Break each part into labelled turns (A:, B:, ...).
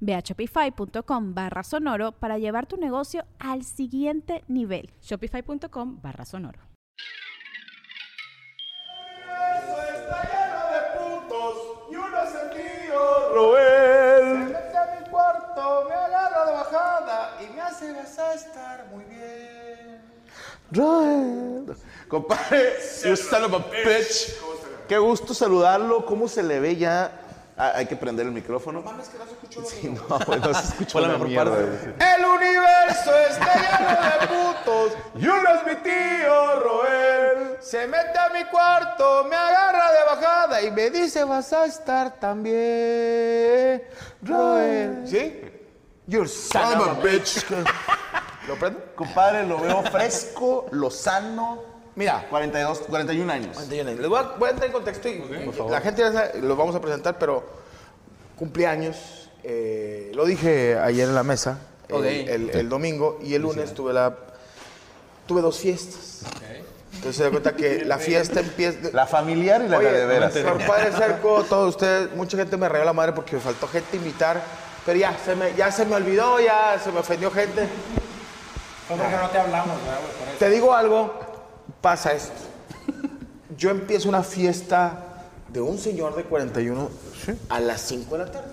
A: Ve a shopify.com barra sonoro para llevar tu negocio al siguiente nivel.
B: Shopify.com barra sonoro.
C: Eso está lleno de puntos y uno es el tío Roel. Se mete a mi cuarto, me agarra de bajada y me hace vas a estar muy bien.
D: Roel. Compadre, you son of a bitch. Qué gusto saludarlo. ¿Cómo se le ve ya? Ah, hay que prender el micrófono.
C: Mames que no se escuchó lo
D: Sí,
C: mío.
D: no, güey, no se escuchó la mejor parte.
C: El universo está lleno de putos y uno es mi tío Roel. Se mete a mi cuarto, me agarra de bajada y me dice vas a estar también, Roel. ¿Sí? You're son of a bitch. ¿Lo prendo?
D: Compadre, lo veo fresco, lo sano. Mira, 42, 41 años.
C: Les voy a, voy a entrar en contexto y la gente ya sabe, los vamos a presentar, pero cumpleaños. eh, lo dije ayer en la mesa, el- el, el domingo, y el lunes tuve la tuve dos fiestas. Entonces se da cuenta que la fiesta empieza.
D: La familiar y la
C: Oye,
D: de veras.
C: Por padre cerco, todos ustedes, mucha gente me regaló la madre porque me faltó gente invitar, pero ya se me, ya se me olvidó, ya se me ofendió gente. Te digo algo, pasa esto. Yo empiezo una fiesta de un señor de 41 a las 5 de la tarde.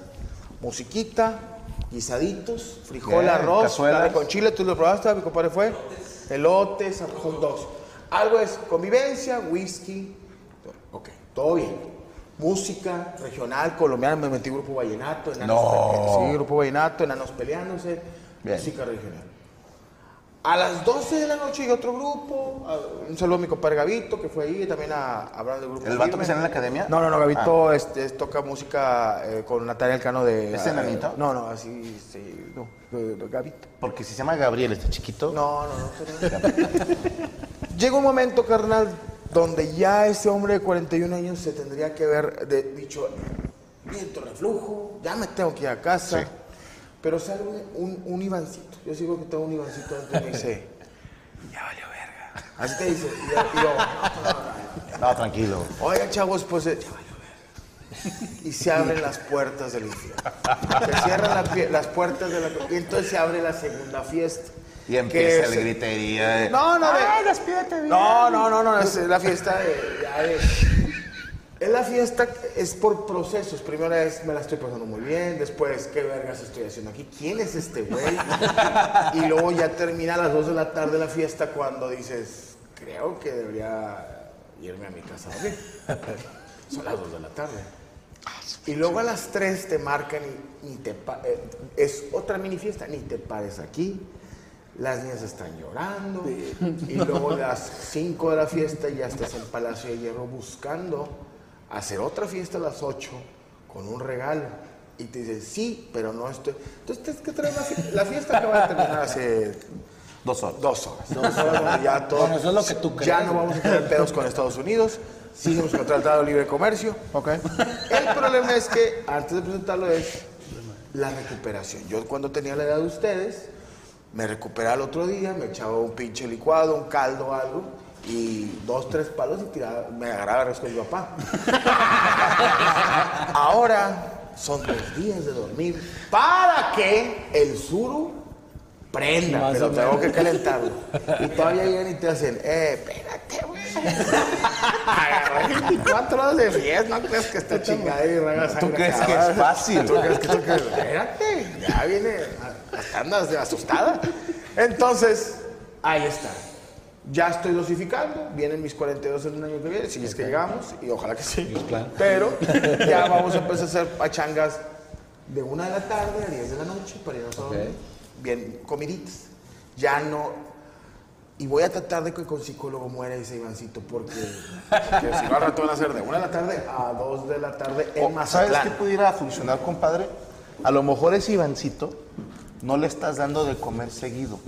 C: Musiquita, guisaditos, frijol,
D: Bien,
C: arroz,
D: cazuelas.
C: carne con chile, tú lo probaste, mi compadre fue. Elotes, hot dogs. Algo es convivencia, whisky. Ok, todo bien. Música regional, colombiana, me metí grupo vallenato, enanos
D: No.
C: pele- sí, grupo vallenato, enanos peleándose,
D: Bien.
C: música regional. A las 12 de la noche llega otro grupo. a- Un saludo a mi compadre Gavito, que fue ahí, también a, a hablar del grupo.
D: ¿El vato
C: Firme.
D: que sale en la academia? Ah.
C: No, no, no, Gavito este, es- toca música eh, con Natalia Elcano de.
D: ¿Es enanito?
C: no, no, así, sí, no, de- de Gavito.
D: Porque si se llama Gabriel,
E: este
D: está chiquito.
C: No, no, no. Llega un momento, carnal, donde ya ese hombre de 41 años se tendría que haber de- dicho, viento reflujo, ya me tengo que ir a casa. Pero sale un, un, un Ivancito. Yo sigo que tengo un Ivancito dentro y me dice, ya valió verga. Así te dice. Y yo, y yo, "No, no, no".
D: No, tranquilo.
C: Oigan, chavos, pues. eh, y se abren las puertas del infierno. Se cierran la pie- las puertas de la. Y entonces se abre la segunda fiesta.
D: Y empieza
C: Que
D: el
C: se-
D: gritería.
E: eh.
D: de-
C: No, no, de- No, no, no, no, es la fiesta de. ya de- es la fiesta, que es por procesos. Primero es me la estoy pasando muy bien, después qué vergas estoy haciendo aquí, quién es este güey. y luego ya termina a las 2 de la tarde la fiesta cuando dices, creo que debería irme a mi casa a dormir. Son las 2 de la tarde. Y luego a las 3 te marcan y ni te pa- eh, es otra mini fiesta, ni te pares aquí. Las niñas están llorando. Y luego a las 5 de la fiesta ya estás en Palacio de Hierro buscando hacer otra fiesta a las 8 con un regalo. Y te dicen, sí, pero no estoy. Entonces tienes que traer la fie- la fiesta que va a terminar hace
D: Dos horas.
C: Dos horas. Dos horas donde ya todo.
E: Bueno, eso es lo que tú
C: Ya
E: crees.
C: no vamos a tener pedos con Estados Unidos. Seguimos con el Tratado de Libre Comercio. Ok. El problema es que, antes de presentarlo, es la recuperación. Yo, cuando tenía la edad de ustedes, me recuperaba el otro día, me echaba un pinche licuado, un caldo, algo, y dos, tres palos y tiraba, me agarraba el resto de mi papá. Ahora son dos días de dormir para que el suru prenda,
E: Más
C: pero
E: o
C: tengo
E: menos.
C: que calentarlo. Y todavía llegan y te hacen, eh, espérate, güey. Agarré 24 horas de 10, no crees que está chingada y raga sangre
D: crees
C: acá,
D: que es
C: ¿verdad?
D: fácil?
C: ¿Tú crees que tú crees? Espérate, ya viene, hasta andas de asustada. Entonces, ahí está. Ya estoy dosificando, vienen mis 42 en un año que viene, si es que llegamos, y ojalá que sí.
D: Dios plan.
C: Pero ya vamos a empezar a hacer pachangas de una de la tarde a 10 de la noche para irnos a dormir.
D: Ok.
C: Bien comiditas. Ya no. Y voy a tratar de que con psicólogo muera ese Ivancito, porque, porque si no, al rato van a ser de una de la tarde a 2 de la tarde en
E: O, ¿Sabes qué
C: Mazatlán.
E: pudiera funcionar, compadre? A lo mejor ese Ivancito no le estás dando de comer seguido.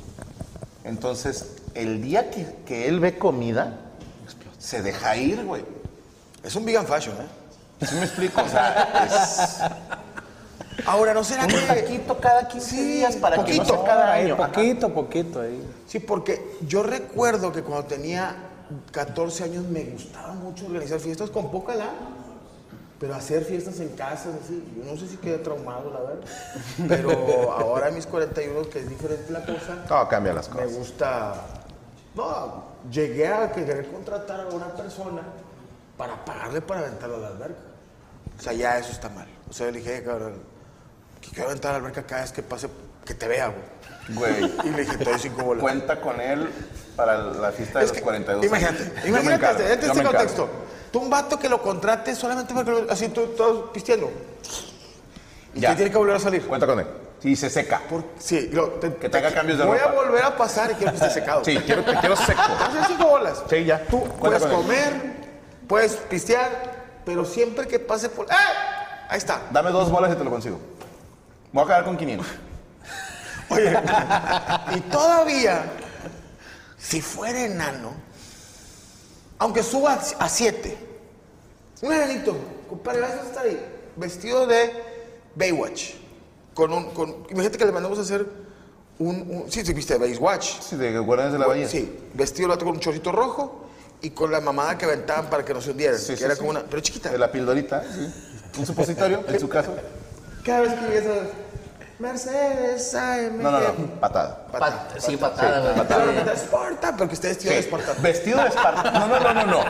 E: Entonces, el día que, que él ve comida, se deja ir, güey.
C: Es un vegan fashion, ¿eh?
E: ¿Sí me explico? O sea,
C: Ahora, ¿no será
E: es un
C: que
E: taquito cada 15
C: Sí,
E: días para que no
C: poquito.
E: sea cada
D: Ahí,
E: año. Ajá.
D: poquito, poquito ahí.
C: Sí, porque yo recuerdo que cuando tenía 14 años me gustaba mucho organizar fiestas con poca lana. Pero hacer fiestas en casa, así, yo no sé si quedé traumado, la verdad. Pero ahora a mis 41, que es diferente la cosa,
E: No, cambia las
C: me
E: cosas.
C: gusta. No, llegué a querer contratar a una persona para pagarle para aventarlo a la alberca. O sea, ya eso está mal. O sea, yo le dije, "Eh, cabrón, que quiero aventar a la alberca cada vez que pase, que te vea, güey.
E: Güey,
C: Y le dije, te doy cinco bolas.
E: cuenta con él para la fiesta de
C: Es
E: los
C: que,
E: 42
C: Imagínate,
E: años. Yo me
C: imagínate,
E: encargo,
C: este
E: yo
C: este
E: me encargo.
C: contexto. Tú un vato que lo contrate solamente para que lo, así tú todos pisteando. Y
E: Ya.
C: te tiene que volver a salir.
E: Cuenta con él. Sí, se seca.
C: Por- sí, lo-
E: Que te haga cambios de
C: Voy
E: ropa.
C: a volver a pasar y quiero que esté secado.
E: Sí, quiero, te quiero seco.
C: Haces cinco bolas.
E: Sí, ya.
C: Tú
E: Cuenta
C: puedes
E: con él.
C: comer, puedes pistear, pero siempre que pase por. ¡Eh! Ahí está.
E: Dame dos bolas y te lo consigo. Voy a quedar con 500.
C: Oye, y todavía, si fuera enano, aunque suba a 7, un enanito, compadre, vas a estar ahí, vestido de Baywatch. Con un, con, imagínate que le mandamos a hacer un. un- sí, sí, viste, Baywatch.
E: Sí, de Guardianes de la Bahía.
C: Sí, vestido el vato con un chorrito rojo y con la mamada que aventaban para que no se hundieran.
E: Sí,
C: que
E: sí,
C: era
E: sí.
C: como una. Pero chiquita.
E: De la pildorita, sí. Un supositorio, en su caso.
C: Cada vez que llegas a. Mercedes, AM.
E: No, no, no. Patada.
C: Patada.
F: Pat- sí, patada, güey.
C: Pero no te Esparta, pero que usted vestido de Esparta.
E: Vestido de Esparta. No, no, no, no, no.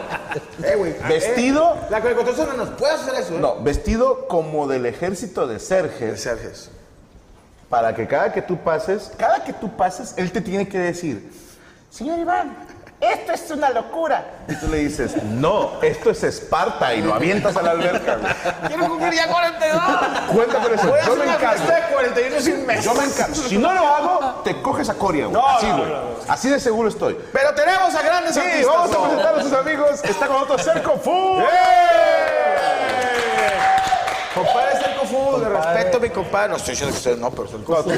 C: Eh, güey.
E: Vestido.
C: eh, la Codeconstrucción no nos puede hacer eso, ¿eh?
E: No, vestido como del ejército de
C: De
E: Serges,
C: Sergio.
E: para que cada que tú pases, cada que tú pases, él te tiene que decir, señor Iván, esto es una locura. Y tú le dices, no, esto es Esparta, y lo avientas a la alberca. güey.
C: Quiero cumplir ya 42.
E: Cuenta con eso.
C: Voy a
E: Yo
C: hacer
E: me
C: una
E: encargo.
C: fiesta de 41 sin meses.
E: Yo me encargo. Si no lo hago, te coges a Corea, güey.
C: No,
E: Así,
C: no,
E: güey. Así de seguro estoy.
C: Pero tenemos a grandes
E: Sí,
C: artistas.
E: vamos a
C: ¿no?
E: presentar a sus amigos. Está con nosotros Cerco Fu.
C: Compadre Serco Fútbol, de respeto a mi compadre. No estoy diciendo que ustedes no, pero Serco Fútbol.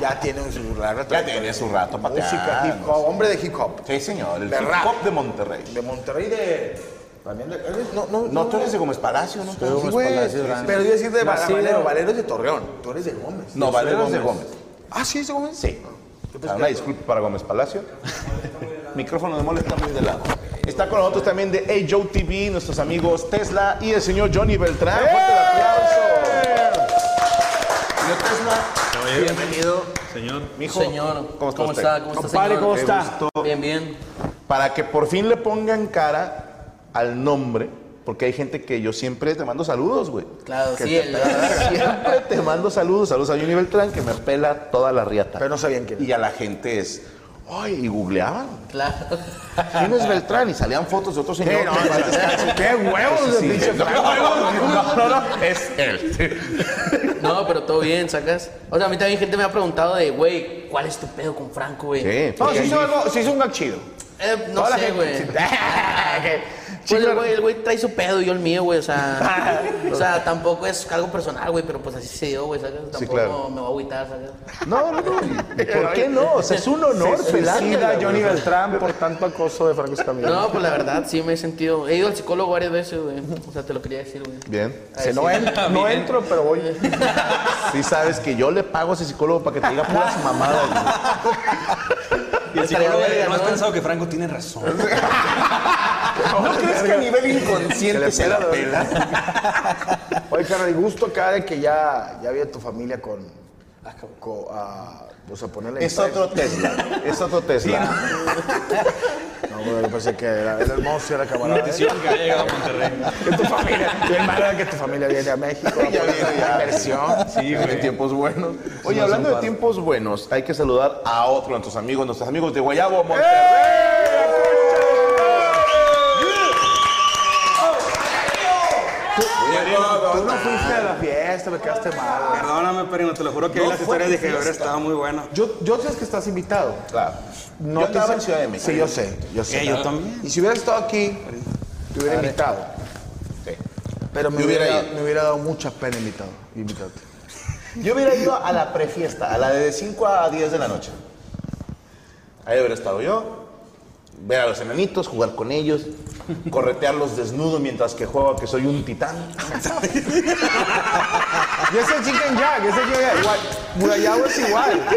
C: Ya tiene un celular.
E: Ya tiene su rato
C: Música hip hop, hombre de hip hop.
E: Sí, señor. El
C: De
E: hip
C: rap.
E: hop de Monterrey.
C: De Monterrey, de. También de. eres- No, no,
E: No, tú eres de Gómez Palacio, ¿no?
D: Gómez
E: Sí, güey.
D: Palacio, Durango.
C: Pero yo decir de
D: Nacido-
C: Valero, Valero es de Torreón. Tú eres de Gómez.
E: No, Valero es de
D: Gómez.
E: Gómez.
C: Ah, sí, es de Gómez.
E: Sí. Ah, Una disculpa para Gómez Palacio. Micrófono de mole está muy de lado. Está con nosotros también de Hey Joe TV, nuestros amigos Tesla y el señor Johnny Beltrán. ¡Fuerte el aplauso! Señor Tesla,
F: Caballero,
E: bienvenido.
F: Señor.
E: Mijo,
F: señor.
E: ¿cómo está usted?
F: ¿Cómo está,
D: Compadre,
F: señor?
D: ¿cómo
E: eh,
F: Qué
D: está?
F: gusto. Bien, bien.
E: Para que por fin le pongan cara al nombre, porque hay gente que yo siempre te mando saludos, güey.
F: Claro,
E: Que
F: sí,
E: te-
F: el- sí.
E: Siempre te mando saludos, saludos a Johnny Beltrán, que me pela toda la riata.
C: Pero no sabían quién era.
E: Y a la gente es, ay, y googleaban.
F: Claro.
E: ¿Quién es Beltrán? Y salían fotos de otros señores.
C: no, no,
E: ¡Qué huevos!
C: de pinche
E: no, no, no, no, es él.
F: No, pero todo bien, sacas. O sea, a mí también gente me ha preguntado de, güey, ¿cuál es tu pedo con Franco, güey?
E: Sí,
C: No,
E: porque-
C: se hizo, algo, se hizo un gag chido.
F: Eh, no
C: Toda la
F: sé, güey.
C: gente-
D: "Ah,
F: Pues el güey, el güey trae su pedo y yo el mío, güey. O sea, o sea, tampoco es algo personal, güey, pero pues así se dio, güey, sacas. Tampoco
E: claro.
F: me va a agüitar, sacas.
E: No, no, no. ¿y ¿Por qué no? O sea, es un honor
D: Suicida
E: pelártela,
D: Johnny
E: güey.
D: Beltrán por tanto acoso de Franco Escamilla.
F: No, pues la verdad, sí me he sentido. He ido al psicólogo varias veces, güey. O sea, te lo quería decir, güey.
E: Bien.
F: Ay,
D: Se no,
F: sí.
D: en- no
F: Bien.
D: entro, pero voy.
E: Sí sabes que yo le pago a ese psicólogo para que te diga puras mamadas. güey.
G: Y el
F: Estaría
G: psicólogo,
F: verga,
G: ¿no has
F: eh, ¿no?
G: pensado que Franco tiene razón?
E: ¿No crees que a nivel inconsciente se la pela?
C: Oye, cara, el gusto acá de que ya, ya había tu familia con.
E: pues,
D: pues,
C: con ah, o sea, ponerle.
E: Es otro Tesla. Es otro Tesla.
C: No, güey, yo pensé que era el hermoso era camarada.
H: Notición que había llegado a Monterrey.
C: Que tu familia, tu hermana, que tu familia viene a México.
D: Ya
C: pues,
D: viene,
C: la
D: ya.
C: inversión.
D: Sí, güey. tiempos buenos. Oye, hablando de tiempos buenos, hay que saludar a otro de nuestros amigos, nuestros amigos de Guayabo, Monterrey. ¡Eh! ¡Eh!
C: Tú no fuiste a la fiesta, me quedaste mal.
H: Perdóname, Perino, te lo juro que
D: No
H: vi las
D: fue
H: historias
D: de
H: de que ahora
D: fiesta.
H: estaba muy buena.
C: Yo, yo sé que estás invitado.
D: Claro.
C: No
D: yo
C: te
D: estaba
C: sé-
D: en Ciudad de México.
C: Sí, yo sé, yo sé.
H: Eh, yo también.
C: Y si hubiera estado aquí, te hubiera invitado.
D: Sí.
C: Pero me
D: Yo hubiera
C: hubiera,
D: ido.
C: me hubiera dado mucha pena invitado, invitarte.
D: Yo hubiera ido a la prefiesta, a la de 5 a 10 de la noche. Ahí hubiera estado yo, ver a los enanitos, jugar con ellos, corretearlos desnudo mientras que juego a que soy un titán.
C: Y ese Chicken Jack, ese Chicken Jack, igual. Murayawa es igual.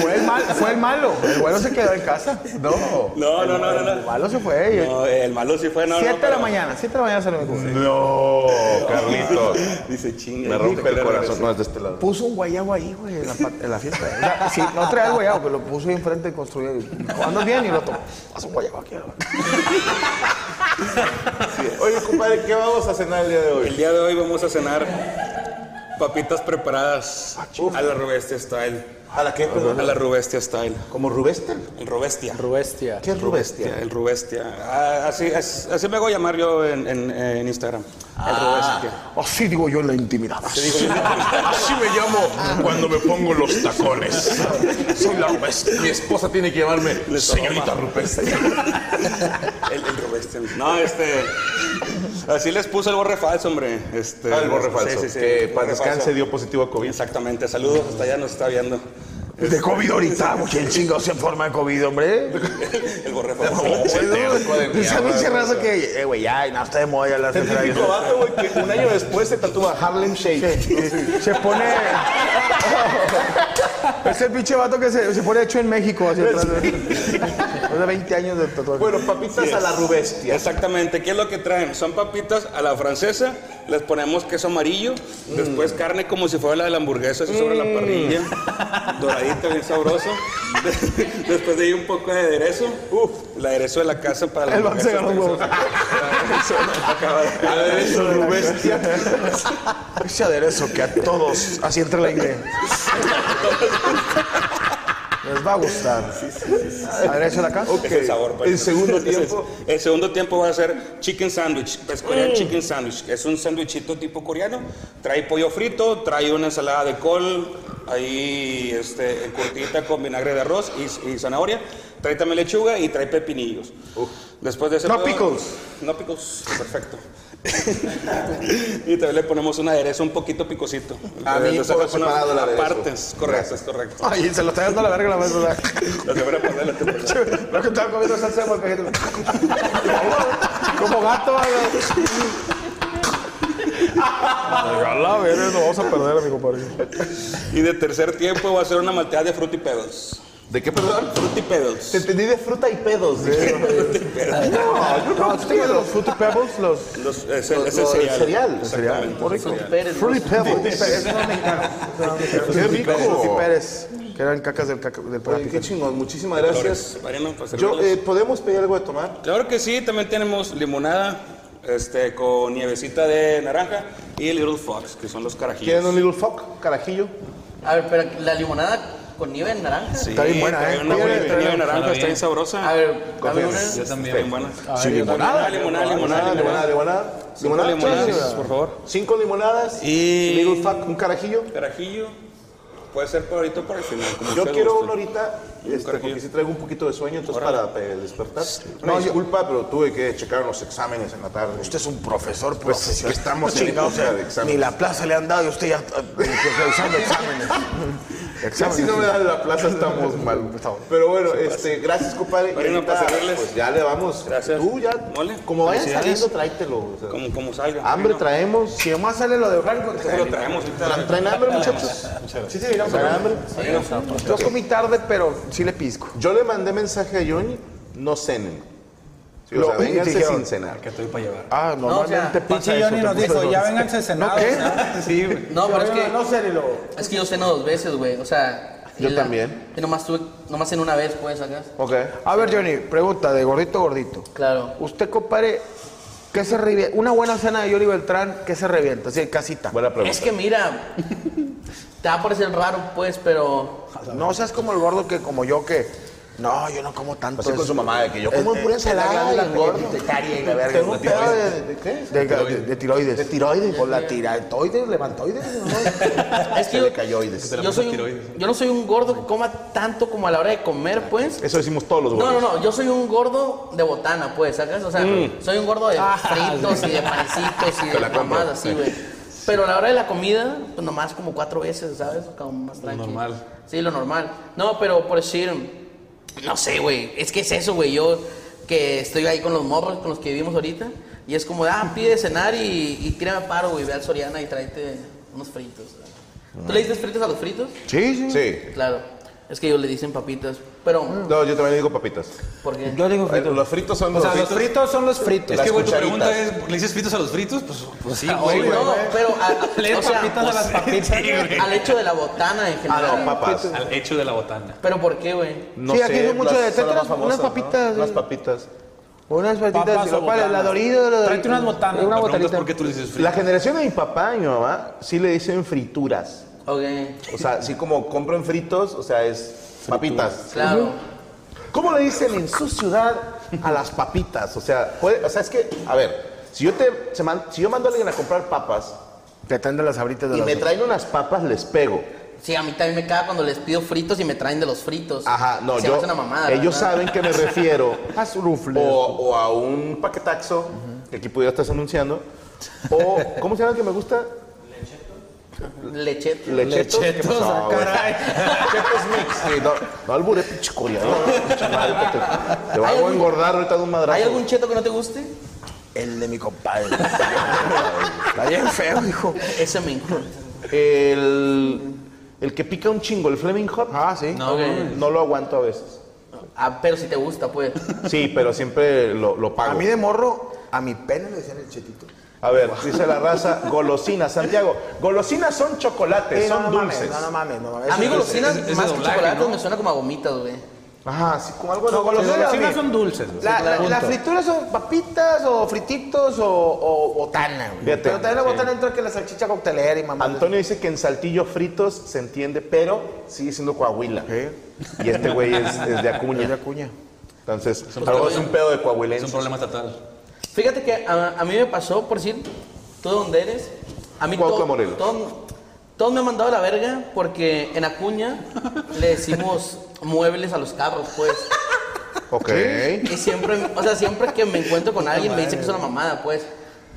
C: Fue el, mal, fue el malo. El bueno se quedó en casa. No.
H: No, no, no, no.
C: El
H: no.
C: malo se fue. y-
H: No, el malo sí fue, no.
C: siete
H: no,
C: de la
H: pero-
C: mañana, siete de la mañana se lo me
D: No, Carlitos.
H: Dice chinga.
D: Me rompe el
H: Pero
D: corazón. No, es de este lado.
C: Puso un guayabo ahí, güey, en la, pa- en la fiesta. O sea, sí, no traía el guayabo, pero lo puso ahí enfrente y construyó. y- Ando bien y lo tomó. Haz un guayabo aquí. güey.
D: Oye, compadre, ¿qué vamos a cenar el día de
H: El
D: hoy?
H: día de hoy vamos a cenar papitas preparadas a la Rubestia Style.
D: ¿A la qué?
H: Ah, A la Rubestia Style.
D: ¿Como Rubester?
H: El Rubestia.
E: Rubestia.
D: ¿Qué es Rubestia?
H: El Rubestia. Ah, así, as- así me voy a llamar yo en, en- en Instagram. El Rubestia.
C: Así digo yo en la intimidad.
D: Así me llamo cuando me pongo los tacones. Soy la rupestre. Mi esposa tiene que llamarme señorita rupestre.
H: El, el Rubestia. No, este. Así les puse el borre falso, hombre. Este,
D: Ah, el borre falso.
H: Sí, sí, sí.
D: que
H: el
D: para
H: borre
D: descanse
H: falso.
D: dio positivo a COVID.
H: Exactamente. Saludos, hasta allá nos está viendo.
C: De COVID ahorita, güey. ¿Quién chingado se forma de COVID, hombre?
H: El borre falso.
C: Dice a pinche raza que, eh, güey, ya, y no está de moda ya la cifra.
D: Típico vato, güey, que un año después se tatúa Harlem Shake.
C: Se pone. es el pinche vato que se, se pone hecho en México. Hace atrás, güey. Después de 20 años de tatuaje.
D: Bueno, papitas a la rubestia.
H: Exactamente, ¿qué es lo que traen? Son papitas a la francesa, les ponemos queso amarillo, después carne como si fuera la de la hamburguesa, así sobre la parrilla, Mm. doradita, bien sabroso. De- después de ahí un poco de aderezo, uff, el aderezo de la casa para la
C: El Bam se
H: hamburguesa.
C: ganó un huevo.
D: A ver, eso, rubestia.
C: Ese aderezo que a todos, así entre la ingle. Les va a gustar. Aderezo de la casa.
H: Es el sabor. pues.
D: El segundo tiempo.
H: El segundo tiempo va a ser chicken sandwich, pescorean chicken sandwich. Es un sándwichito tipo coreano. Trae pollo frito, trae una ensalada de col, ahí este, en cortita con vinagre de arroz y, y zanahoria. Trae también lechuga y trae pepinillos. Después de ese
C: No
H: puedo-
C: pickles.
H: No pickles, perfecto. y también le ponemos un aderezo un poquito picosito.
D: A mí
H: Entonces,
D: por
H: le ponemos
D: separado el aderezo.
H: aparte, es correcto, es correcto.
C: Ay, se lo está dando la verga la mesa.
H: Lo que voy a ponerle, te pongo.
C: Lo que estaba comiendo salsa de molcajete. Como gato.
E: A la verga, nos vamos a perder, amigo compadre.
H: Y de tercer tiempo va a ser una malteada de Fruity Pebbles.
D: ¿De qué, perdón?
H: Fruity Pebbles.
D: Te entendí de fruta y pedos. güey.
C: No, no, ¿tú te acuerdas de los Fruity Pebbles? Los
H: Los- es el,
D: Lo-
H: es el
D: lo- el
H: cereal.
D: cereal, el
H: Exactamente.
F: Pérez, ¿no?
C: Fruity Pebbles. Eso no me encanta. Qué rico. Fruity Pérez. Que eran cacas del, caca, del
D: Oye,
C: papi.
D: qué chingón. Muchísimas
H: Flores.
D: gracias.
H: Mariano, para
D: Yo,
H: servirles.
D: eh, ¿Podemos pedir algo de tomar?
H: Claro que sí, también tenemos limonada este, con nievecita de naranja y Little Fox, que son los carajillos.
D: ¿Quieren un Little Fuck? Carajillo.
F: A ver, pero la limonada con nieve en naranja.
H: Sí,
C: Está bien buena,
H: trae
C: ¿eh?
H: Una
C: Pídele,
H: buena
C: tráela.
H: nieve de naranja,
I: Está
H: está bien
I: bien.
H: sabrosa.
F: A ver, dame una.
H: Yo también. Está bien buena.
D: Ah, Sí, limonada.
H: Limonada, Ah, limonada,
D: Limonada, limonada, limonada.
H: Limonada,
D: Limonada,
H: limonadas,
D: sí.
H: por favor.
D: Cinco limonadas.
H: Y-
D: Little Fuck, un carajillo.
H: Carajillo, puede ser por ahorita o por el final. como
D: Yo
H: usted
D: quiero
H: guste.
D: uno ahorita, este, porque si traigo un poquito de sueño, entonces para eh, despertar.
C: No,
D: No,
C: yo-
D: disculpa, pero tuve que checar los exámenes en la tarde.
C: Usted es un profesor,
D: Pues,
C: profesor.
D: que estamos en
C: chingados.
D: época de exámenes.
C: Ni la plaza le han dado y usted ya está eh, realizando exámenes.
D: Ya si no me dan la plaza estamos mal. Pero bueno, este, gracias compadre.
H: Marino,
D: Y ahorita,
H: para servirles.
D: Pues ya le vamos.
H: Gracias.
D: Tú ya.
H: Mole.
D: Como vayas
H: Felicidades.
D: saliendo, tráetelo. o sea,
H: Como, como salga.
D: hambre
H: Bueno, pues
D: traemos.
C: Si nomás sale lo de Franco, que-
H: Lo traemos ahorita.
D: ¿Traen hambre, muchachos? Sí, sí, digamos, ¿Traen hambre?
C: yo comí tarde, pero sí le pisco.
D: Yo le mandé mensaje a Johnny, no cenen. Sí, o
C: Lo-
D: sea, vénganse
C: dijeron.
D: sin cenar.
C: Ah, normalmente
F: o sea,
C: pasa eso.
I: Johnny
C: te
I: nos
C: puso
I: dijo,
C: eso.
I: ya vénganse
C: ¿No
I: cenados.
C: qué?
I: ¿no?" Sí, güey.
F: No, pero es que,
C: No sé, ni lo...
F: es que yo ceno dos veces, güey. O sea, Y
D: Yo
F: la-
D: también.
F: Y nomás tuve, nomás en una vez, pues, acá.
D: Ok.
C: A ver, Johnny, pregunta de gordito gordito.
F: Claro.
C: Usted compare qué se revienta. Una buena cena de Johnny Beltrán, ¿qué se revienta? Así, casita.
D: Buena pregunta.
F: Es que mira, te va a parecer raro, pues, pero
C: No seas como el gordo que como yo que. No, yo no como tanto.
D: Así con
C: eso.
D: su mamá, de que yo como
C: Eh,
D: pura
C: eh,
D: ensalada
C: la glándula
D: y engordo.
C: pituitaria y la verga.
D: Tengo un
C: La
D: pedo
C: tiroides.
D: de, de qué?
C: De, de- de tiroides.
D: De tiroides.
C: Por la tiratoides, levantoides. ¿no?
F: es que
D: Se
F: yo,
D: le cayó oides.
F: yo soy un- yo no soy un gordo que coma tanto como a la hora de comer, pues.
D: Eso decimos todos los
F: No,
D: gordos.
F: no, no, yo soy un gordo de botana, pues, ¿sacas? O sea, soy un gordo de fritos y de panecitos y
D: Mm. Te
F: de
D: la compro,
F: mamadas así,
D: sí.
F: güey. Pero a la hora de la comida, pues nomás como cuatro veces, ¿sabes? Como más tranquilo. normal. Sí, lo normal. No, pero por decir, no sé, güey, es que es eso, güey, yo que estoy ahí con los morros, con los que vivimos ahorita, y es como, ah, pide cenar y, y tírame paro, güey, ve al Soriana y tráete unos fritos. ¿Tú le dices fritos a los fritos?
C: sí, sí.
D: Sí.
F: Claro, es que ellos le dicen papitas, pero...
D: No, yo también digo papitas.
F: Porque...
I: Yo digo
D: Eh,
I: fritos.
D: Los fritos son
I: O
D: los
I: sea, los
D: fritos.
I: fritos son los fritos.
D: Es
J: Es
D: que,
J: que, güey,
D: güey, tu
J: tu
D: cucharitas.
J: pregunta
D: pregunta
J: es, ¿le dices fritos a los fritos? Pues, sí,
D: güey.
J: güey.
D: güey.
F: No, pero a- a-
I: Le
F: o sea,
I: papitas a las papitas.
F: al hecho de la botana en
D: Ah, no,
F: general.
D: papas.
J: Al hecho de la botana.
F: Pero ¿por qué, güey?
D: No
C: Sí, aquí
D: sé,
C: son mucho
D: las-
C: de
D: son las más
C: tetras, unas
D: famosas, ¿no?
C: papitas, sí.
E: eh.
D: Las papitas.
C: Unas patitas
I: Papas
C: de
I: o
C: nopales, la
I: botanas.
C: Doritos, la Doritos.
I: Tráete unas botanas.
C: Una
J: La pregunta es
C: botanita.
J: por qué tú le dices
D: La
J: fritos.
D: generación de mi papá y mi mamá sí le dicen frituras.
F: Ok,
D: O sea, así como compran fritos, o sea, es papitas.
F: claro.
D: ¿Cómo le dicen en su ciudad a las papitas? O sea, puede- o sea, es que, a ver, si yo, te, se man- si yo mando a alguien a comprar papas
C: Te traen de las abritas de
D: y
C: las
D: me traen unas papas, les pego.
F: Sí, a mí también me caga cuando les pido fritos y me traen de los fritos.
D: Ajá, no,
F: Se me
D: yo.
F: hace una mamada,
D: ellos
F: ¿verdad?
D: saben que me refiero
C: A su rufle.
D: o, o a un paquetaxo, que aquí pudiera estar anunciando, o, ¿cómo se llama el que me gusta?
F: Lecheto.
D: Lechetos. ¿Qué
I: Lechetos,
D: pasó,
I: ah,
D: güey?
I: caray.
D: Lechetos mix. Sí, no, no albure, pinche coreano. pinche madre, que te, te va a
F: ¿Hay algún-
D: engordar ahorita de un madrazo.
F: ¿Hay algún cheto que no te guste?
C: El de mi compadre. Está bien feo, hijo.
F: Ese me encanta.
D: El, el que pica un chingo, el Fleming Hot.
C: Ah, sí.
J: No,
F: Ok.
J: güey.
D: No lo aguanto a veces.
F: Ah, pero si te gusta, pues.
D: Sí, pero siempre lo, lo pago.
C: A mí de morro, a mi pene le decían el chetito.
D: A ver, dice la raza, golosinas, Santiago. Golosinas son chocolates,
C: Sí, no,
D: son
C: no mames,
D: dulces.
C: no, no mames, no mames.
F: A mí
C: Eso-
F: golosinas,
J: ese- ese
F: más que
J: doblaje,
F: chocolates,
J: ¿no?
F: me suena como a gomitas, güey.
D: Ajá, sí, como algo de
I: Los
D: golosinas.
I: golosinas
D: sí.
I: son dulces. güey.
C: La, la-
I: Punto.
C: las frituras son papitas o frititos o, o botana, güey.
D: Fíjate,
C: Pero también la
D: sí.
C: botana entra que la salchicha coctelera y mamá.
D: Antonio dice que en saltillo fritos se entiende, pero sigue siendo Coahuila. Y este güey es, es de Acuña.
C: Es de Acuña.
D: Entonces, algo es un pedo de
J: Es un
D: coahuilense.
J: problema estatal.
F: Fíjate que a, a mí me pasó, por decir, ¿tú de dónde eres? A mí
D: Cuauhtla,
F: todo-
D: Morelos.
F: todo- todos me han mandado a la verga porque en Acuña le decimos muebles a los carros, pues.
D: Ok.
F: Y siempre, o sea, siempre que me encuentro con alguien me dicen que es una mamada, pues.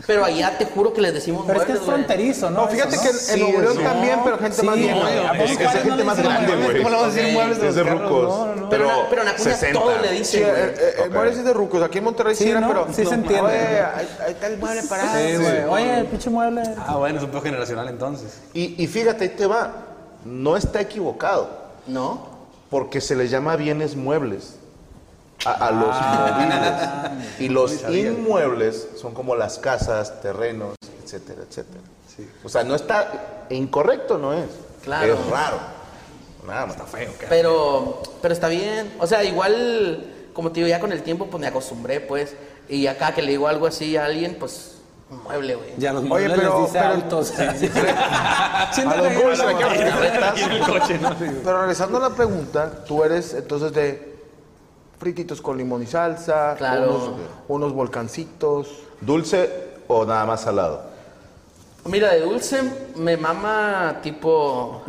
F: Pero allá te juro que les decimos
I: Pero es que
F: muebles,
I: es
F: güey.
I: fronterizo, ¿no?
C: No, fíjate que en, en Nuevo León también, pero gente más vieja.
D: Es, es de gente más grande, güey.
I: ¿Cómo le vas a decir
F: Ok.
I: muebles de
D: Es de
I: los carros?
D: rucos.
I: No, no, no.
F: Pero, na- pero en Acuña
D: 60.
F: todos le
C: Sí,
F: dicen,
C: eh,
F: güey.
C: eh, eh,
D: Ok.
C: mueres de rucos. Aquí en Monterrey sí,
I: Sí,
C: era,
I: ¿no?
C: pero.
I: Sí se entiende.
C: Oye, ahí, ahí está el mueble parado.
I: Sí, güey. Oye, el pinche mueble.
J: Ah, bueno, es un pedo generacional entonces.
D: Y, y fíjate, ahí te va. No está equivocado,
F: ¿No?
D: porque se les llama bienes muebles a, a los Ah, movibles. Y los inmuebles son como las casas, terrenos, etcétera, etcétera. O sea, no está incorrecto, no es.
F: Claro.
D: Es raro. Nada más.
F: Pero, pero está bien. O sea, igual, como te digo, ya con el tiempo pues me acostumbré, pues. Y acá que le digo algo así a alguien, pues, un mueble, güey.
I: Ya los
C: muebles
I: muebles
C: pero-
I: les dice
C: pero-
I: altos.
D: A los movibles se le quedan las carretas.
C: Pero regresando a la pregunta, tú eres entonces de frititos con limón y salsa,
F: Claro.
C: unos, unos volcancitos.
D: ¿Dulce o nada más salado?
F: Mira, de dulce me mama tipo.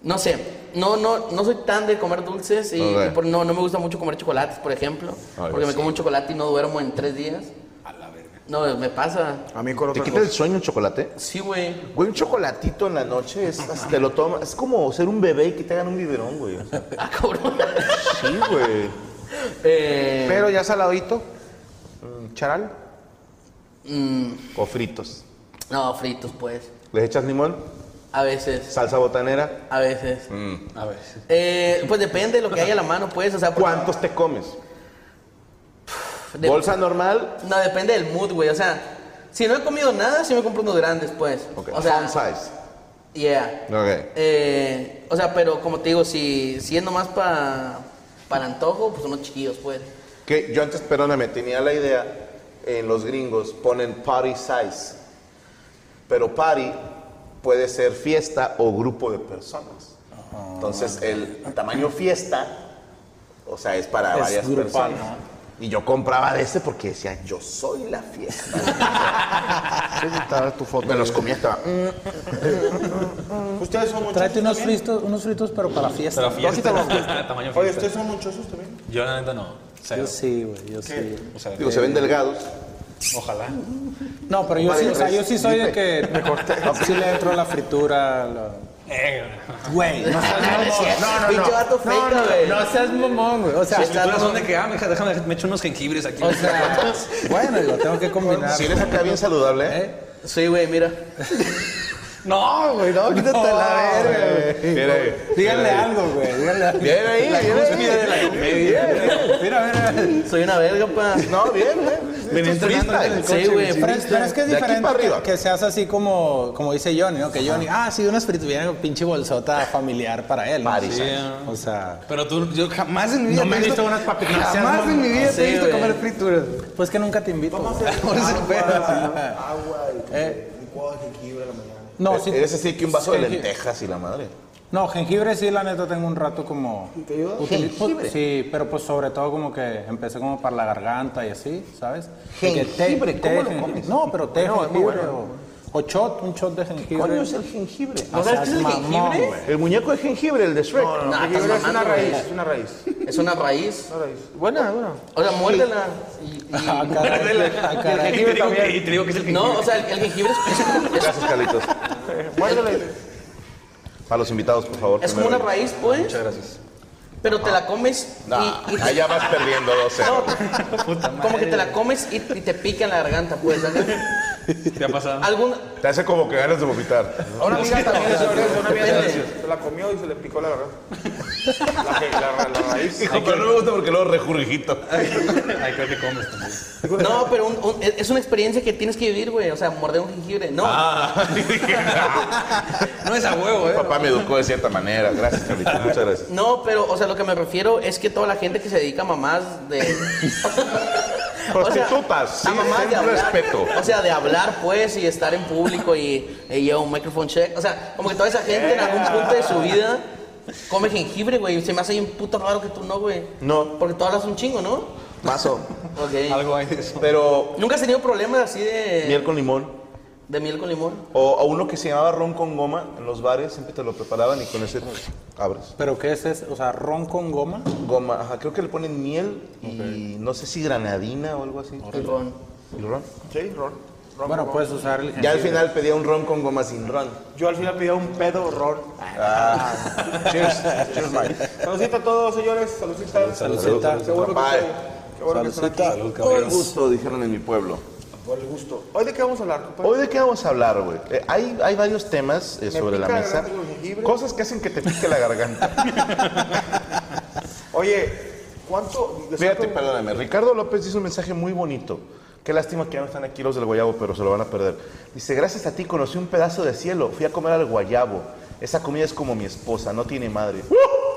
F: No sé, no, no, no soy tan de comer dulces y,
D: Ok.
F: y por- no, no me gusta mucho comer chocolates, por ejemplo.
D: Ah,
F: porque me
D: sí.
F: como un chocolate y no duermo en tres días. A la verga. No, me pasa.
C: A mí con
D: ¿Te
C: otra
D: quita el
C: cosa.
D: sueño el chocolate?
F: Sí, güey.
D: Güey, un chocolatito en la noche es, te lo tomas. Es como ser un bebé y que te hagan un biberón, güey. O sea,
F: Ah, cabrón.
D: sí, güey.
F: Eh,
C: Pero ya saladito, mm, charal.
F: mm,
D: O fritos.
F: no, fritos, pues.
D: ¿Les echas limón?
F: A veces.
D: ¿Salsa botanera?
F: A veces.
D: Mm.
J: A ver.
F: Eh, pues depende de lo que haya a la mano, pues. O sea, por-
D: ¿Cuántos te comes?
F: de-
D: ¿Bolsa normal?
F: No, depende del mood, güey. O sea, si no he comido nada, sí me compro unos grandes, pues.
D: Ok,
F: O sea,
D: fun size.
F: Yeah.
D: Ok.
F: Eh, o sea, pero como te digo, si, si es nomás para para antojo, pues unos chiquillos, pues.
D: Que yo antes, perdóname, tenía la idea, en los gringos ponen party size, pero party puede ser fiesta o grupo de personas.
C: Ah.
D: Entonces, el tamaño fiesta, o sea, es para
J: Es
D: varias
J: grupal,
D: personas. Y yo compraba de ese porque decía, yo soy la fiesta.
C: Estaba tu foto.
D: Me los comía, estaba... mm,
E: ¿Ustedes son muchos?
I: Tráete
F: ¿Eh?
I: unos fritos, unos fritos, pero para fiesta.
J: Pero fiesta. Tamaño
E: Oye,
J: fiesta.
E: ¿ustedes son muchosos también?
J: Yo la neta no. Cero.
I: Yo sí, güey, yo sí.
J: O sea,
D: Digo, se ven delgados.
J: ojalá.
I: No, pero yo sí, o
F: pues,
I: sea, yo sí soy el que
D: Me corté.
I: sí le entro a la fritura. la-
J: Eh,
I: Güey, no seas mamón. No, no,
F: Pinche vato
I: no. No,
F: fake,
I: no,
F: güey.
I: no seas mamón, güey. O sea,
F: Sí, claro.
J: ¿Tú dónde que ah, mija, déjame, me echo unos jengibres aquí.
F: O sea,
I: bueno, digo, tengo que combinar.
D: Si eres acá bien saludable, ¿eh?
I: ¿Eh?
F: sí, güey, mira.
I: No, güey, no, quítate la verga, güey.
D: Mira ahí.
I: Díganle algo, güey, díganle algo.
D: Bien ahí, bien ahí.
I: Mira, mira, mira.
F: Soy una verga, pa.
D: No, bien, bien. Venía
I: entrenando en el
F: Sí, güey.
I: Pero, pero es que es
D: De aquí
I: diferente
D: para arriba.
I: que, que seas así como, como dice Johnny, ¿no? Que Johnny, ah, sí, unas fritas, vienen con pinche bolsota familiar para él. ¿no?
D: Party size.
I: O sea,
J: Pero tú, yo jamás en mi vida.
I: No me he visto unas papitas.
J: Jamás en mi vida
F: te he visto comer
J: frituras.
I: pues que nunca te invito. güey. Por ese pedo.
C: Agua, agua y
I: Eh.
C: licuado de jengibre a la mañana.
I: No, sí.
D: Eres así E- que un vaso de
I: Jengi-
D: lentejas y la madre.
I: No, jengibre sí, la neta tengo un rato como.
C: ¿Te ayuda?
I: Util- pues, Sí, pero pues sobre todo como que empecé como para la garganta y así, ¿sabes? De que té-
D: Jengibre,
I: té
D: ¿cómo
I: de
D: lo
I: jengibre.
D: comes?
I: No, pero té de
D: Bueno, es muy
I: jengibre
D: bueno.
I: o, o shot, un shot de jengibre. Ah,
D: Coño, es el jengibre.
F: ¿No sabes qué es el jengibre?
D: El muñeco de jengibre, el de Shrek.
C: No, no,
F: Nah,
C: jengibre
F: estás
C: es una
F: mamando, güey.
C: raíz, es una raíz.
F: Es una raíz.
C: Una raíz. Buena, buena.
F: O sea, muérdela. Y,
I: Ah,
F: y-
I: caray, ah, caray.
J: Y te digo que- y te digo que es el jengibre.
F: No, o sea, el, el jengibre es,
D: Gracias, Carlitos.
C: Muérdela.
D: Para los invitados, por favor.
F: es como una
D: primero.
F: raíz, pues,
J: Muchas gracias. Ah,
F: pero te la comes y,
D: Nah,
F: y te-
D: allá vas perdiendo 12.
F: No, como que te la comes y, y te pica en la garganta, pues. ¿sabes?
J: ¿Te ha pasado?
F: Alguna,
D: Te hace como que ganas de vomitar.
C: Una amiga también es sobre eso, una amiga
F: Depende.
C: se la comió y se le picó la garganta. La, que- la, ra- la raíz.
D: Hijo, pero no me gusta porque luego rejurgito.
J: Ay, creo que comes también.
F: no, pero un- un- es una experiencia que tienes que vivir, güey. O sea, morder un jengibre. No,
J: Ah, No es a huevo, eh.
D: Papá me educó de cierta manera. Gracias, Carlitos. Muchas gracias.
F: no, pero, o sea, lo que me refiero es que toda la gente que se dedica a mamás de. O sea,
D: Prostitutas, sí,
F: a mamás de
D: ten
F: hablar,
D: respeto.
F: O sea, de hablar, pues, y estar en público y, y lleva un microphone check. O sea, como que toda esa gente en algún punto de su vida come jengibre, güey. Se me hace bien puto raro que tú no, güey.
D: No.
F: Porque tú hablas un chingo, ¿no?
D: Mazo.
F: Ok.
J: Algo hay de eso.
D: Pero
F: ¿Nunca has tenido problemas así de
D: miel con limón.
F: de miel con limón?
D: O a uno que se llamaba ron con goma en los bares, siempre te lo preparaban y con ese abres.
I: ¿Pero qué es eso? O sea, ron con goma.
D: Goma, ajá, creo que le ponen miel y no sé si granadina o algo así.
F: El ron.
D: ¿Y ron?
C: Sí, ron. ron
I: Bueno,
C: con
I: puedes usar el
D: Ya al
I: jengibre.
D: final pedía un ron con goma sin ron.
C: goma. Yo al final pedí un pedo ron.
D: Cheers, cheers, Mike.
C: Saludcita a todos, señores. Saludcita.
I: Saludcita.
C: Qué bueno que,
D: Bye.
C: estén- qué bueno que estén aquí.
J: Salud,
D: Por
J: caballeros.
D: gusto, dijeron en mi pueblo.
C: Por el gusto. ¿Hoy de qué vamos a hablar, compadre?
D: Hoy de qué vamos a hablar, güey. Eh, hay, hay varios temas eh, sobre la
C: pica la
D: mesa.
C: garganta con jengibre.
D: Cosas que hacen que te pique la garganta.
C: Oye, ¿cuánto? les
D: Fíjate,
C: cuento-
D: perdóname. Ricardo López dice un mensaje muy bonito. Qué lástima que ya no están aquí los del Guayabo, pero se lo van a perder. Dice, gracias a ti conocí un pedazo de cielo. Fui a comer al Guayabo. Esa comida es como mi esposa, no tiene madre.
C: ¡Uh!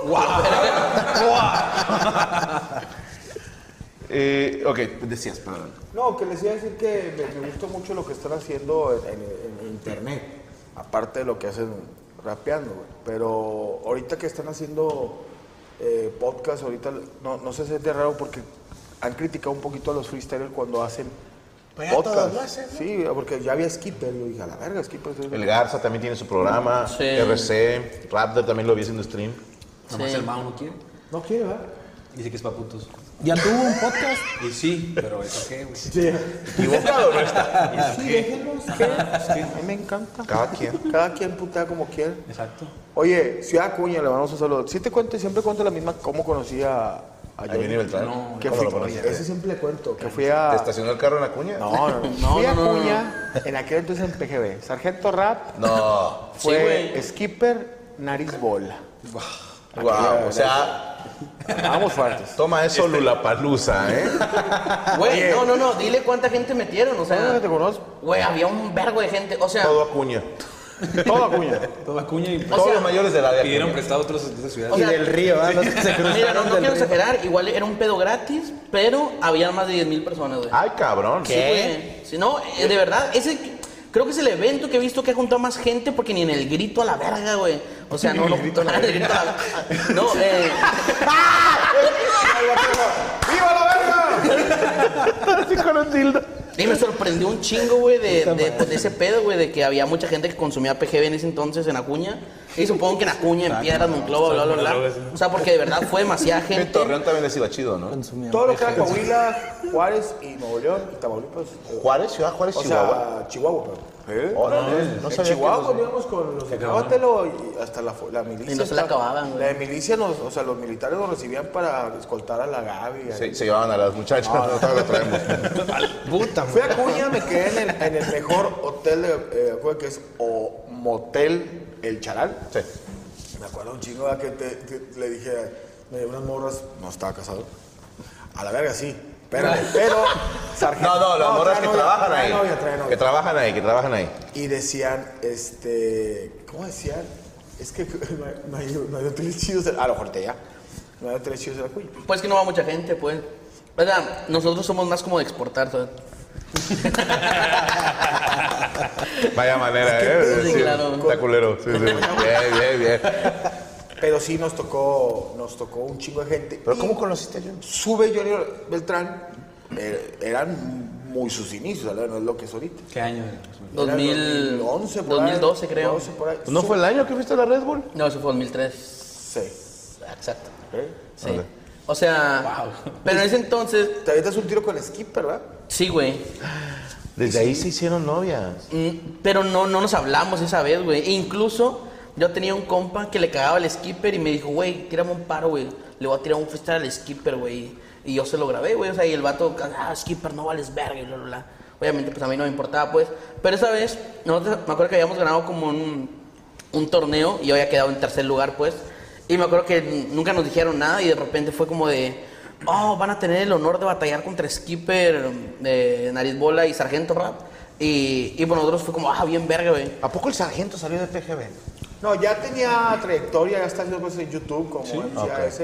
D: Eh, ok, decías, perdón.
C: No, que les iba a decir que me, me gustó mucho lo que están haciendo en, en- en internet, aparte de lo que hacen rapeando, güey. Pero ahorita que están haciendo eh, podcast, ahorita no, no sé si es de raro porque han criticado un poquito a los freestylers cuando hacen podcast. Sí, porque ya había Skipper, yo dije, a la verga, Skipper. es-
D: El Garza también tiene su programa,
F: Sí.
D: RC, Raptor también lo vi haciendo stream.
J: Nomás el Mao no quiere.
C: No quiere, ¿verdad?
J: Dice que es pa' putos.
I: Ya tuvo un podcast.
J: Y sí, pero eso qué, güey.
D: Equivocado no está.
C: Sí, déjenlos, que a mí me encanta.
D: Cada quien.
C: Cada quien putea como quiera.
J: Exacto.
C: Oye, Ciudad Acuña, le mandamos un saludo. Si te cuento, siempre cuento la misma, cómo conocí a, a
D: Ahí viene Beltrán. No,
C: que
D: ¿cómo
C: fui,
D: lo conociste?
C: ese siempre le cuento, que fui
D: ¿Te
C: a...
D: estacionó el carro en la cuña?
C: Ah. No, no, no.
F: No,
C: Fui a
F: no, no, no,
C: Acuña, en aquel entonces en PGB. Sargento Rap
D: No.
C: fue Skipper Nariz Bola.
D: Wow, o sea,
C: Vamos fuertes.
D: toma eso Lulapalooza, Este ¿eh?
F: Güey, no, no, no. Dile cuánta gente metieron, o
C: ¿Sabes dónde
F: sea.
C: te conozco?
F: Güey, había un vergo de gente. O sea,
D: Todo acuña. Todo acuña.
J: Toda cuña y
D: Todos los mayores de la edad.
J: pidieron prestado a otros de otras ciudades.
F: O sea,
I: y del río, ¿verdad? Los que se cruzaron
F: Mira, no, no
I: del
F: quiero
I: río.
F: exagerar, igual era un pedo gratis, pero había más de 10 mil personas, güey.
D: Ay, cabrón.
F: Sí, güey. Si no, eh, de verdad, ese creo que es el evento que he visto que ha juntado más gente porque ni en el grito a la verga, güey. O sea, no, no, el grito a la No, eh,
D: ¡Viva la verga! Así con un tildo.
F: y me sorprendió un chingo, güey, de, de, pues, de ese pedo, güey, de que había mucha gente que consumía PGB en ese entonces en Acuña. Y supongo que en Acuña, en Piedras, Monclova, bla, bla, bla. O sea, porque de verdad fue demasiada gente.
D: En Torreón también les iba chido, ¿no?
C: Todo lo que era Coahuila, Juárez y Nuevo León y Tamaulipas.
D: Juárez, Ciudad Juárez,
C: O
D: Chihuahua.
C: sea, Chihuahua, perdón.
D: Órale, ¿Eh? no
C: en
D: sabía
C: Chihuahua
D: que los-
C: comíamos con los de Cábatelo y hasta la, fu- la milicia.
F: Y no se la
C: estaba-
F: acababan, güey.
C: La milicia, nos, o sea, los militares nos recibían para escoltar a la Gaby.
D: Se, se llevaban a las muchachas, no, todavía lo traemos.
I: Puta,
C: Fui a Cuña, me quedé en el, en el mejor hotel, de, eh, fue que es o motel El Charal.
D: Sí.
C: Me acuerdo un chingo ¿verdad? que, te- que le dije, me llevé unas morras, no estaba casado. A la verga sí, pero, pero sargento.
D: No, no, las morras
C: trae
D: que
C: novia,
D: trabajan
C: trae
D: ahí.
C: novia, trae novia.
D: Que trabajan ahí, que trabajan ahí.
C: Y decían, este, ¿cómo decían? Es que no hay- no hay, no hay hoteles chidos. en- A lo mejor te ya. No hay hoteles chidos en la cuya.
F: Pues que no va mucha gente, pues. O sea, nosotros somos más como de exportar, ¿sabes?
D: Vaya manera, ¿eh? Sí,
F: claro.
D: Está culero. Sí, sí. Bien, bien, bien.
C: Pero sí nos tocó, nos tocó un chingo de gente.
D: ¿Pero
C: Y
D: cómo conociste a John?
C: Sube Junior Beltrán, eh, eran muy sus inicios, ¿verdad? no es lo que es ahorita.
J: ¿Qué año?
F: 2000,
C: 2011, por ahí,
F: 2012, creo.
C: 12 por ahí.
D: Pues ¿No fue el año que fuiste a la Red Bull?
F: No, eso fue 2003.
C: Sí.
F: Ah, Exacto. Sí. O sea, pero en ese entonces,
C: Te avientas un tiro con Skip, ¿verdad?
F: sí, güey.
D: Desde ahí se hicieron novias.
F: Mm, Pero no, no nos hablamos esa vez, güey. E incluso yo tenía un compa que le cagaba al skipper y me dijo, güey, tírame un paro, güey. Le voy a tirar un freestyle al skipper, güey. Y yo se lo grabé, güey. O sea, y el vato, ah, skipper, no vales verga, y bla, bla, bla. Obviamente, pues a mí no me importaba, pues. Pero esa vez, nosotros, me acuerdo que habíamos ganado como un, un torneo y yo había quedado en tercer lugar, pues. Y me acuerdo que n- nunca nos dijeron nada y de repente fue como de, oh, van a tener el honor de batallar contra Skipper, eh, Nariz Bola y Sargento Rap. Y, y por nosotros fue como, ah, bien verga, güey.
D: ¿A poco el sargento salió de PGB?
C: No, ya tenía trayectoria, ya está haciendo cosas en YouTube como MCAS.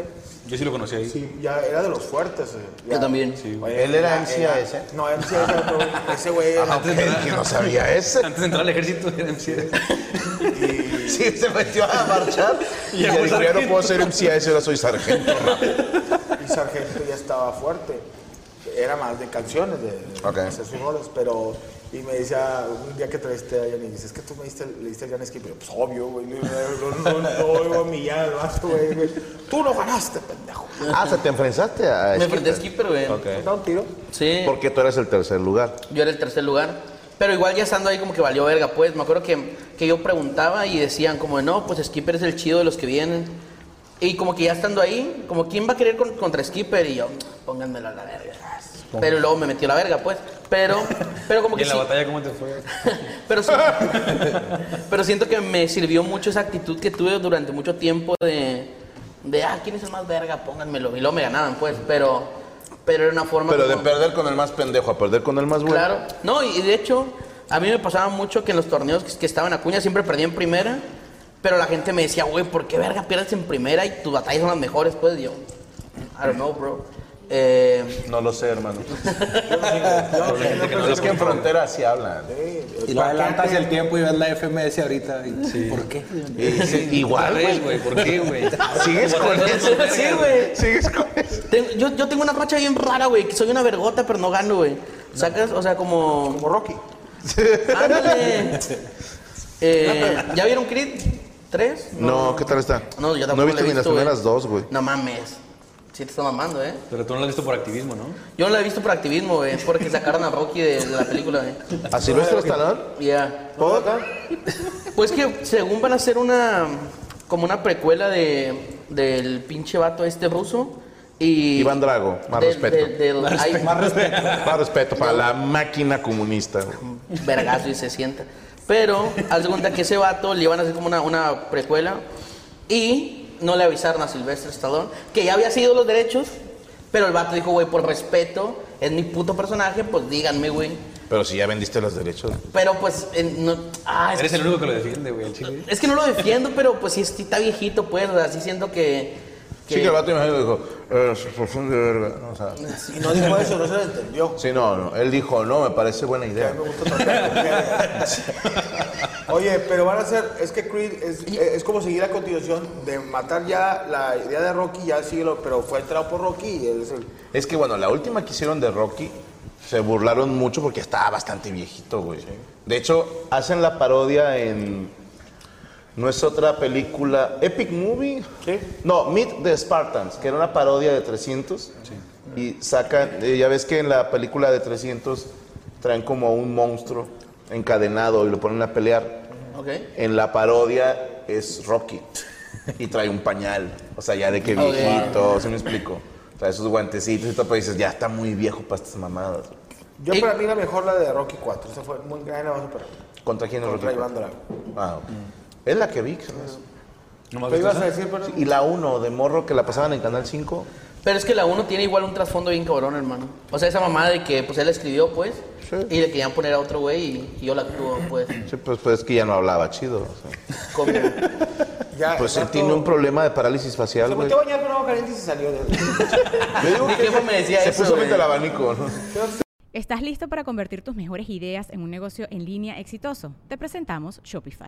J: Yo sí lo conocí ahí.
C: Sí, ya era de los fuertes. eh. Ya-
F: Yo también.
C: Oye,
D: ¿Él era MCAS?
C: No, MCAS era otro güey. Ese güey era-
D: Ah, ok, que no sabía ese.
J: Antes de entrar al ejército era MC.
D: Sí, se metió a marchar. Y
J: llegó
D: ya dijo, ya no
J: sargento.
D: puedo ser MCAS, ahora soy sargento.
C: y Sargento ya estaba fuerte. Era más de canciones, de, de
D: Ok.
C: hacer sus roles, pero... Y me decía, un día que trajiste a Jan y dice, es que tú me diste, le diste a Jan Skip. Y yo, Pues obvio, güey. No, no, no, no, no, no, millar, vato, güey. güey. Tú no ganaste, pendejo.
D: Ah, o sea, te enfrentaste a
F: Me enfrenté a Skipper, güey.
C: ¿Te da un tiro?
F: Sí.
D: Porque tú eres el tercer lugar.
F: Yo era el tercer lugar. Pero igual ya estando ahí como que valió verga, pues. Me acuerdo que, que yo preguntaba y decían como, de, no, pues Skipper es el chido de los que vienen. Y como que ya estando ahí, como, ¿quién va a querer con- contra Skipper? Y yo, pónganmelo a la verga. Pero luego me metió la verga, pues. Pero, pero como
J: ¿Y
F: que
J: en la
F: sí.
J: batalla cómo te fue?
F: Pero, sí- pero siento que me sirvió mucho esa actitud que tuve durante mucho tiempo de, de ah, ¿quién es el más verga? Pónganmelo. Y luego me ganaban, pues. Pero, pero era una forma
D: Pero de
F: como-
D: perder con el más pendejo a perder con el más bueno.
F: Claro. No, y de hecho, a mí me pasaba mucho que en los torneos que, que estaba en Acuña siempre perdía en primera, pero la gente me decía, güey, ¿por qué verga pierdes en primera y tus batallas son las mejores? Pues y yo, I don't know, bro. Eh,
D: No lo sé, hermano. es que en frontera así hablan. ¿eh?
I: Y lo adelantas el tiempo y ves la FMS ahorita. y, ¿Por qué?
D: Igual,
J: Ves,
D: güey.
J: güey, ¿por qué, güey?
D: Sigues con eso.
F: sí, güey.
D: Sigues con eso.
F: Tengo- yo, yo tengo una racha bien rara, güey, que soy una vergota, pero no gano, güey. Sacas, o sea, como...
C: Como Rocky.
F: Ándale. Eh, ¿Ya vieron Creed 3?
D: No, ¿qué tal está?
F: No, yo tampoco
D: No he visto
F: la
D: ni las
F: güey.
D: primeras dos, güey.
F: No mames. Sí te está mamando, ¿eh?
J: Pero tú no lo has visto por activismo, ¿no?
F: Yo no la he visto por activismo, güey, es porque sacaron a Rocky de, de la película, güey.
D: ¿A Silvestre Stallone?
F: Ya.
C: ¿Todo acá?
F: Pues que según van a hacer una. como una precuela de. del pinche vato este ruso. Y.
D: Iván Drago, más respeto.
F: más respeto.
D: Más respeto para la máquina comunista. güey.
F: vergazo y se sienta. Pero, haz de cuenta que ese vato le iban a hacer como una, una precuela y no le avisaron a Sylvester Stallone que ya había sido los derechos, pero el vato dijo, güey, por respeto, es mi puto personaje, pues díganme, güey.
D: Pero si ya vendiste los derechos.
F: Pero pues, en- no, ah, es,
J: Eres el único que lo defiende, güey, el chile.
F: es que no lo defiendo, pero pues sí sí está viejito, pues, así siento que... que-
D: Sí, que el vato imagino dijo, eh, se son de verga. No, o sea,
C: Y no dijo eso, no se lo entendió.
D: sí, no, no. Él dijo, no, me parece buena idea.
C: Me gusta tocar. Oye, pero van a ser, es que Creed es, eh, es como seguir la continuación de matar ya la idea de Rocky, ya sigue lo- pero fue entrado por Rocky y él es el...
D: Es que bueno, la última que hicieron de Rocky se burlaron mucho porque estaba bastante viejito, güey. De hecho, hacen la parodia en. No es otra película. Epic Movie.
C: Sí.
D: No, Meet the Spartans, que era una parodia de 300. Y sacan. eh, ya ves que en la película de 300 traen como a un monstruo encadenado y lo ponen a pelear.
F: Ok.
D: En la parodia es Rocky. Y trae un pañal. O sea, ya de que
F: Ok.
D: viejito, ¿sí me explico? Trae sus guantecitos y todo, pero dices, ya está muy viejo para estas mamadas.
C: Yo
F: Y-
C: para mí la mejor la de Rocky 4, esa fue muy grande, vamos a superar.
D: ¿Contra quién es
C: Contra
D: Rocky?
C: Iván Drago.
D: Ah, ok. Es la que vi, ¿sabes?
J: Nomás viste
C: ¿Qué ibas
J: esa.
C: a decir, pero...
D: Sí, Y la 1 de morro que la pasaban en Canal 5.
F: Pero es que la 1 tiene igual un trasfondo bien cabrón, hermano. O sea, esa mamada de que pues él escribió, pues, y le querían poner a otro güey y, y yo la actúo, pues,
D: Sí, pues, pues es que ya no hablaba chido. o sea.
F: como... Ah,
C: Ya,
D: Pues
C: el
D: él
C: vato-
D: tiene un problema de parálisis
C: Se
D: facial, güey.
C: metió
F: pues,
C: a bañar con agua caliente y se salió de...
D: Yo digo
F: Mi
D: que
F: jefa me decía
D: se
F: eso,
D: puso
F: güey.
D: frente al abanico, ¿no?
B: ¿Estás listo para convertir tus mejores ideas en un negocio en línea exitoso? Te presentamos Shopify.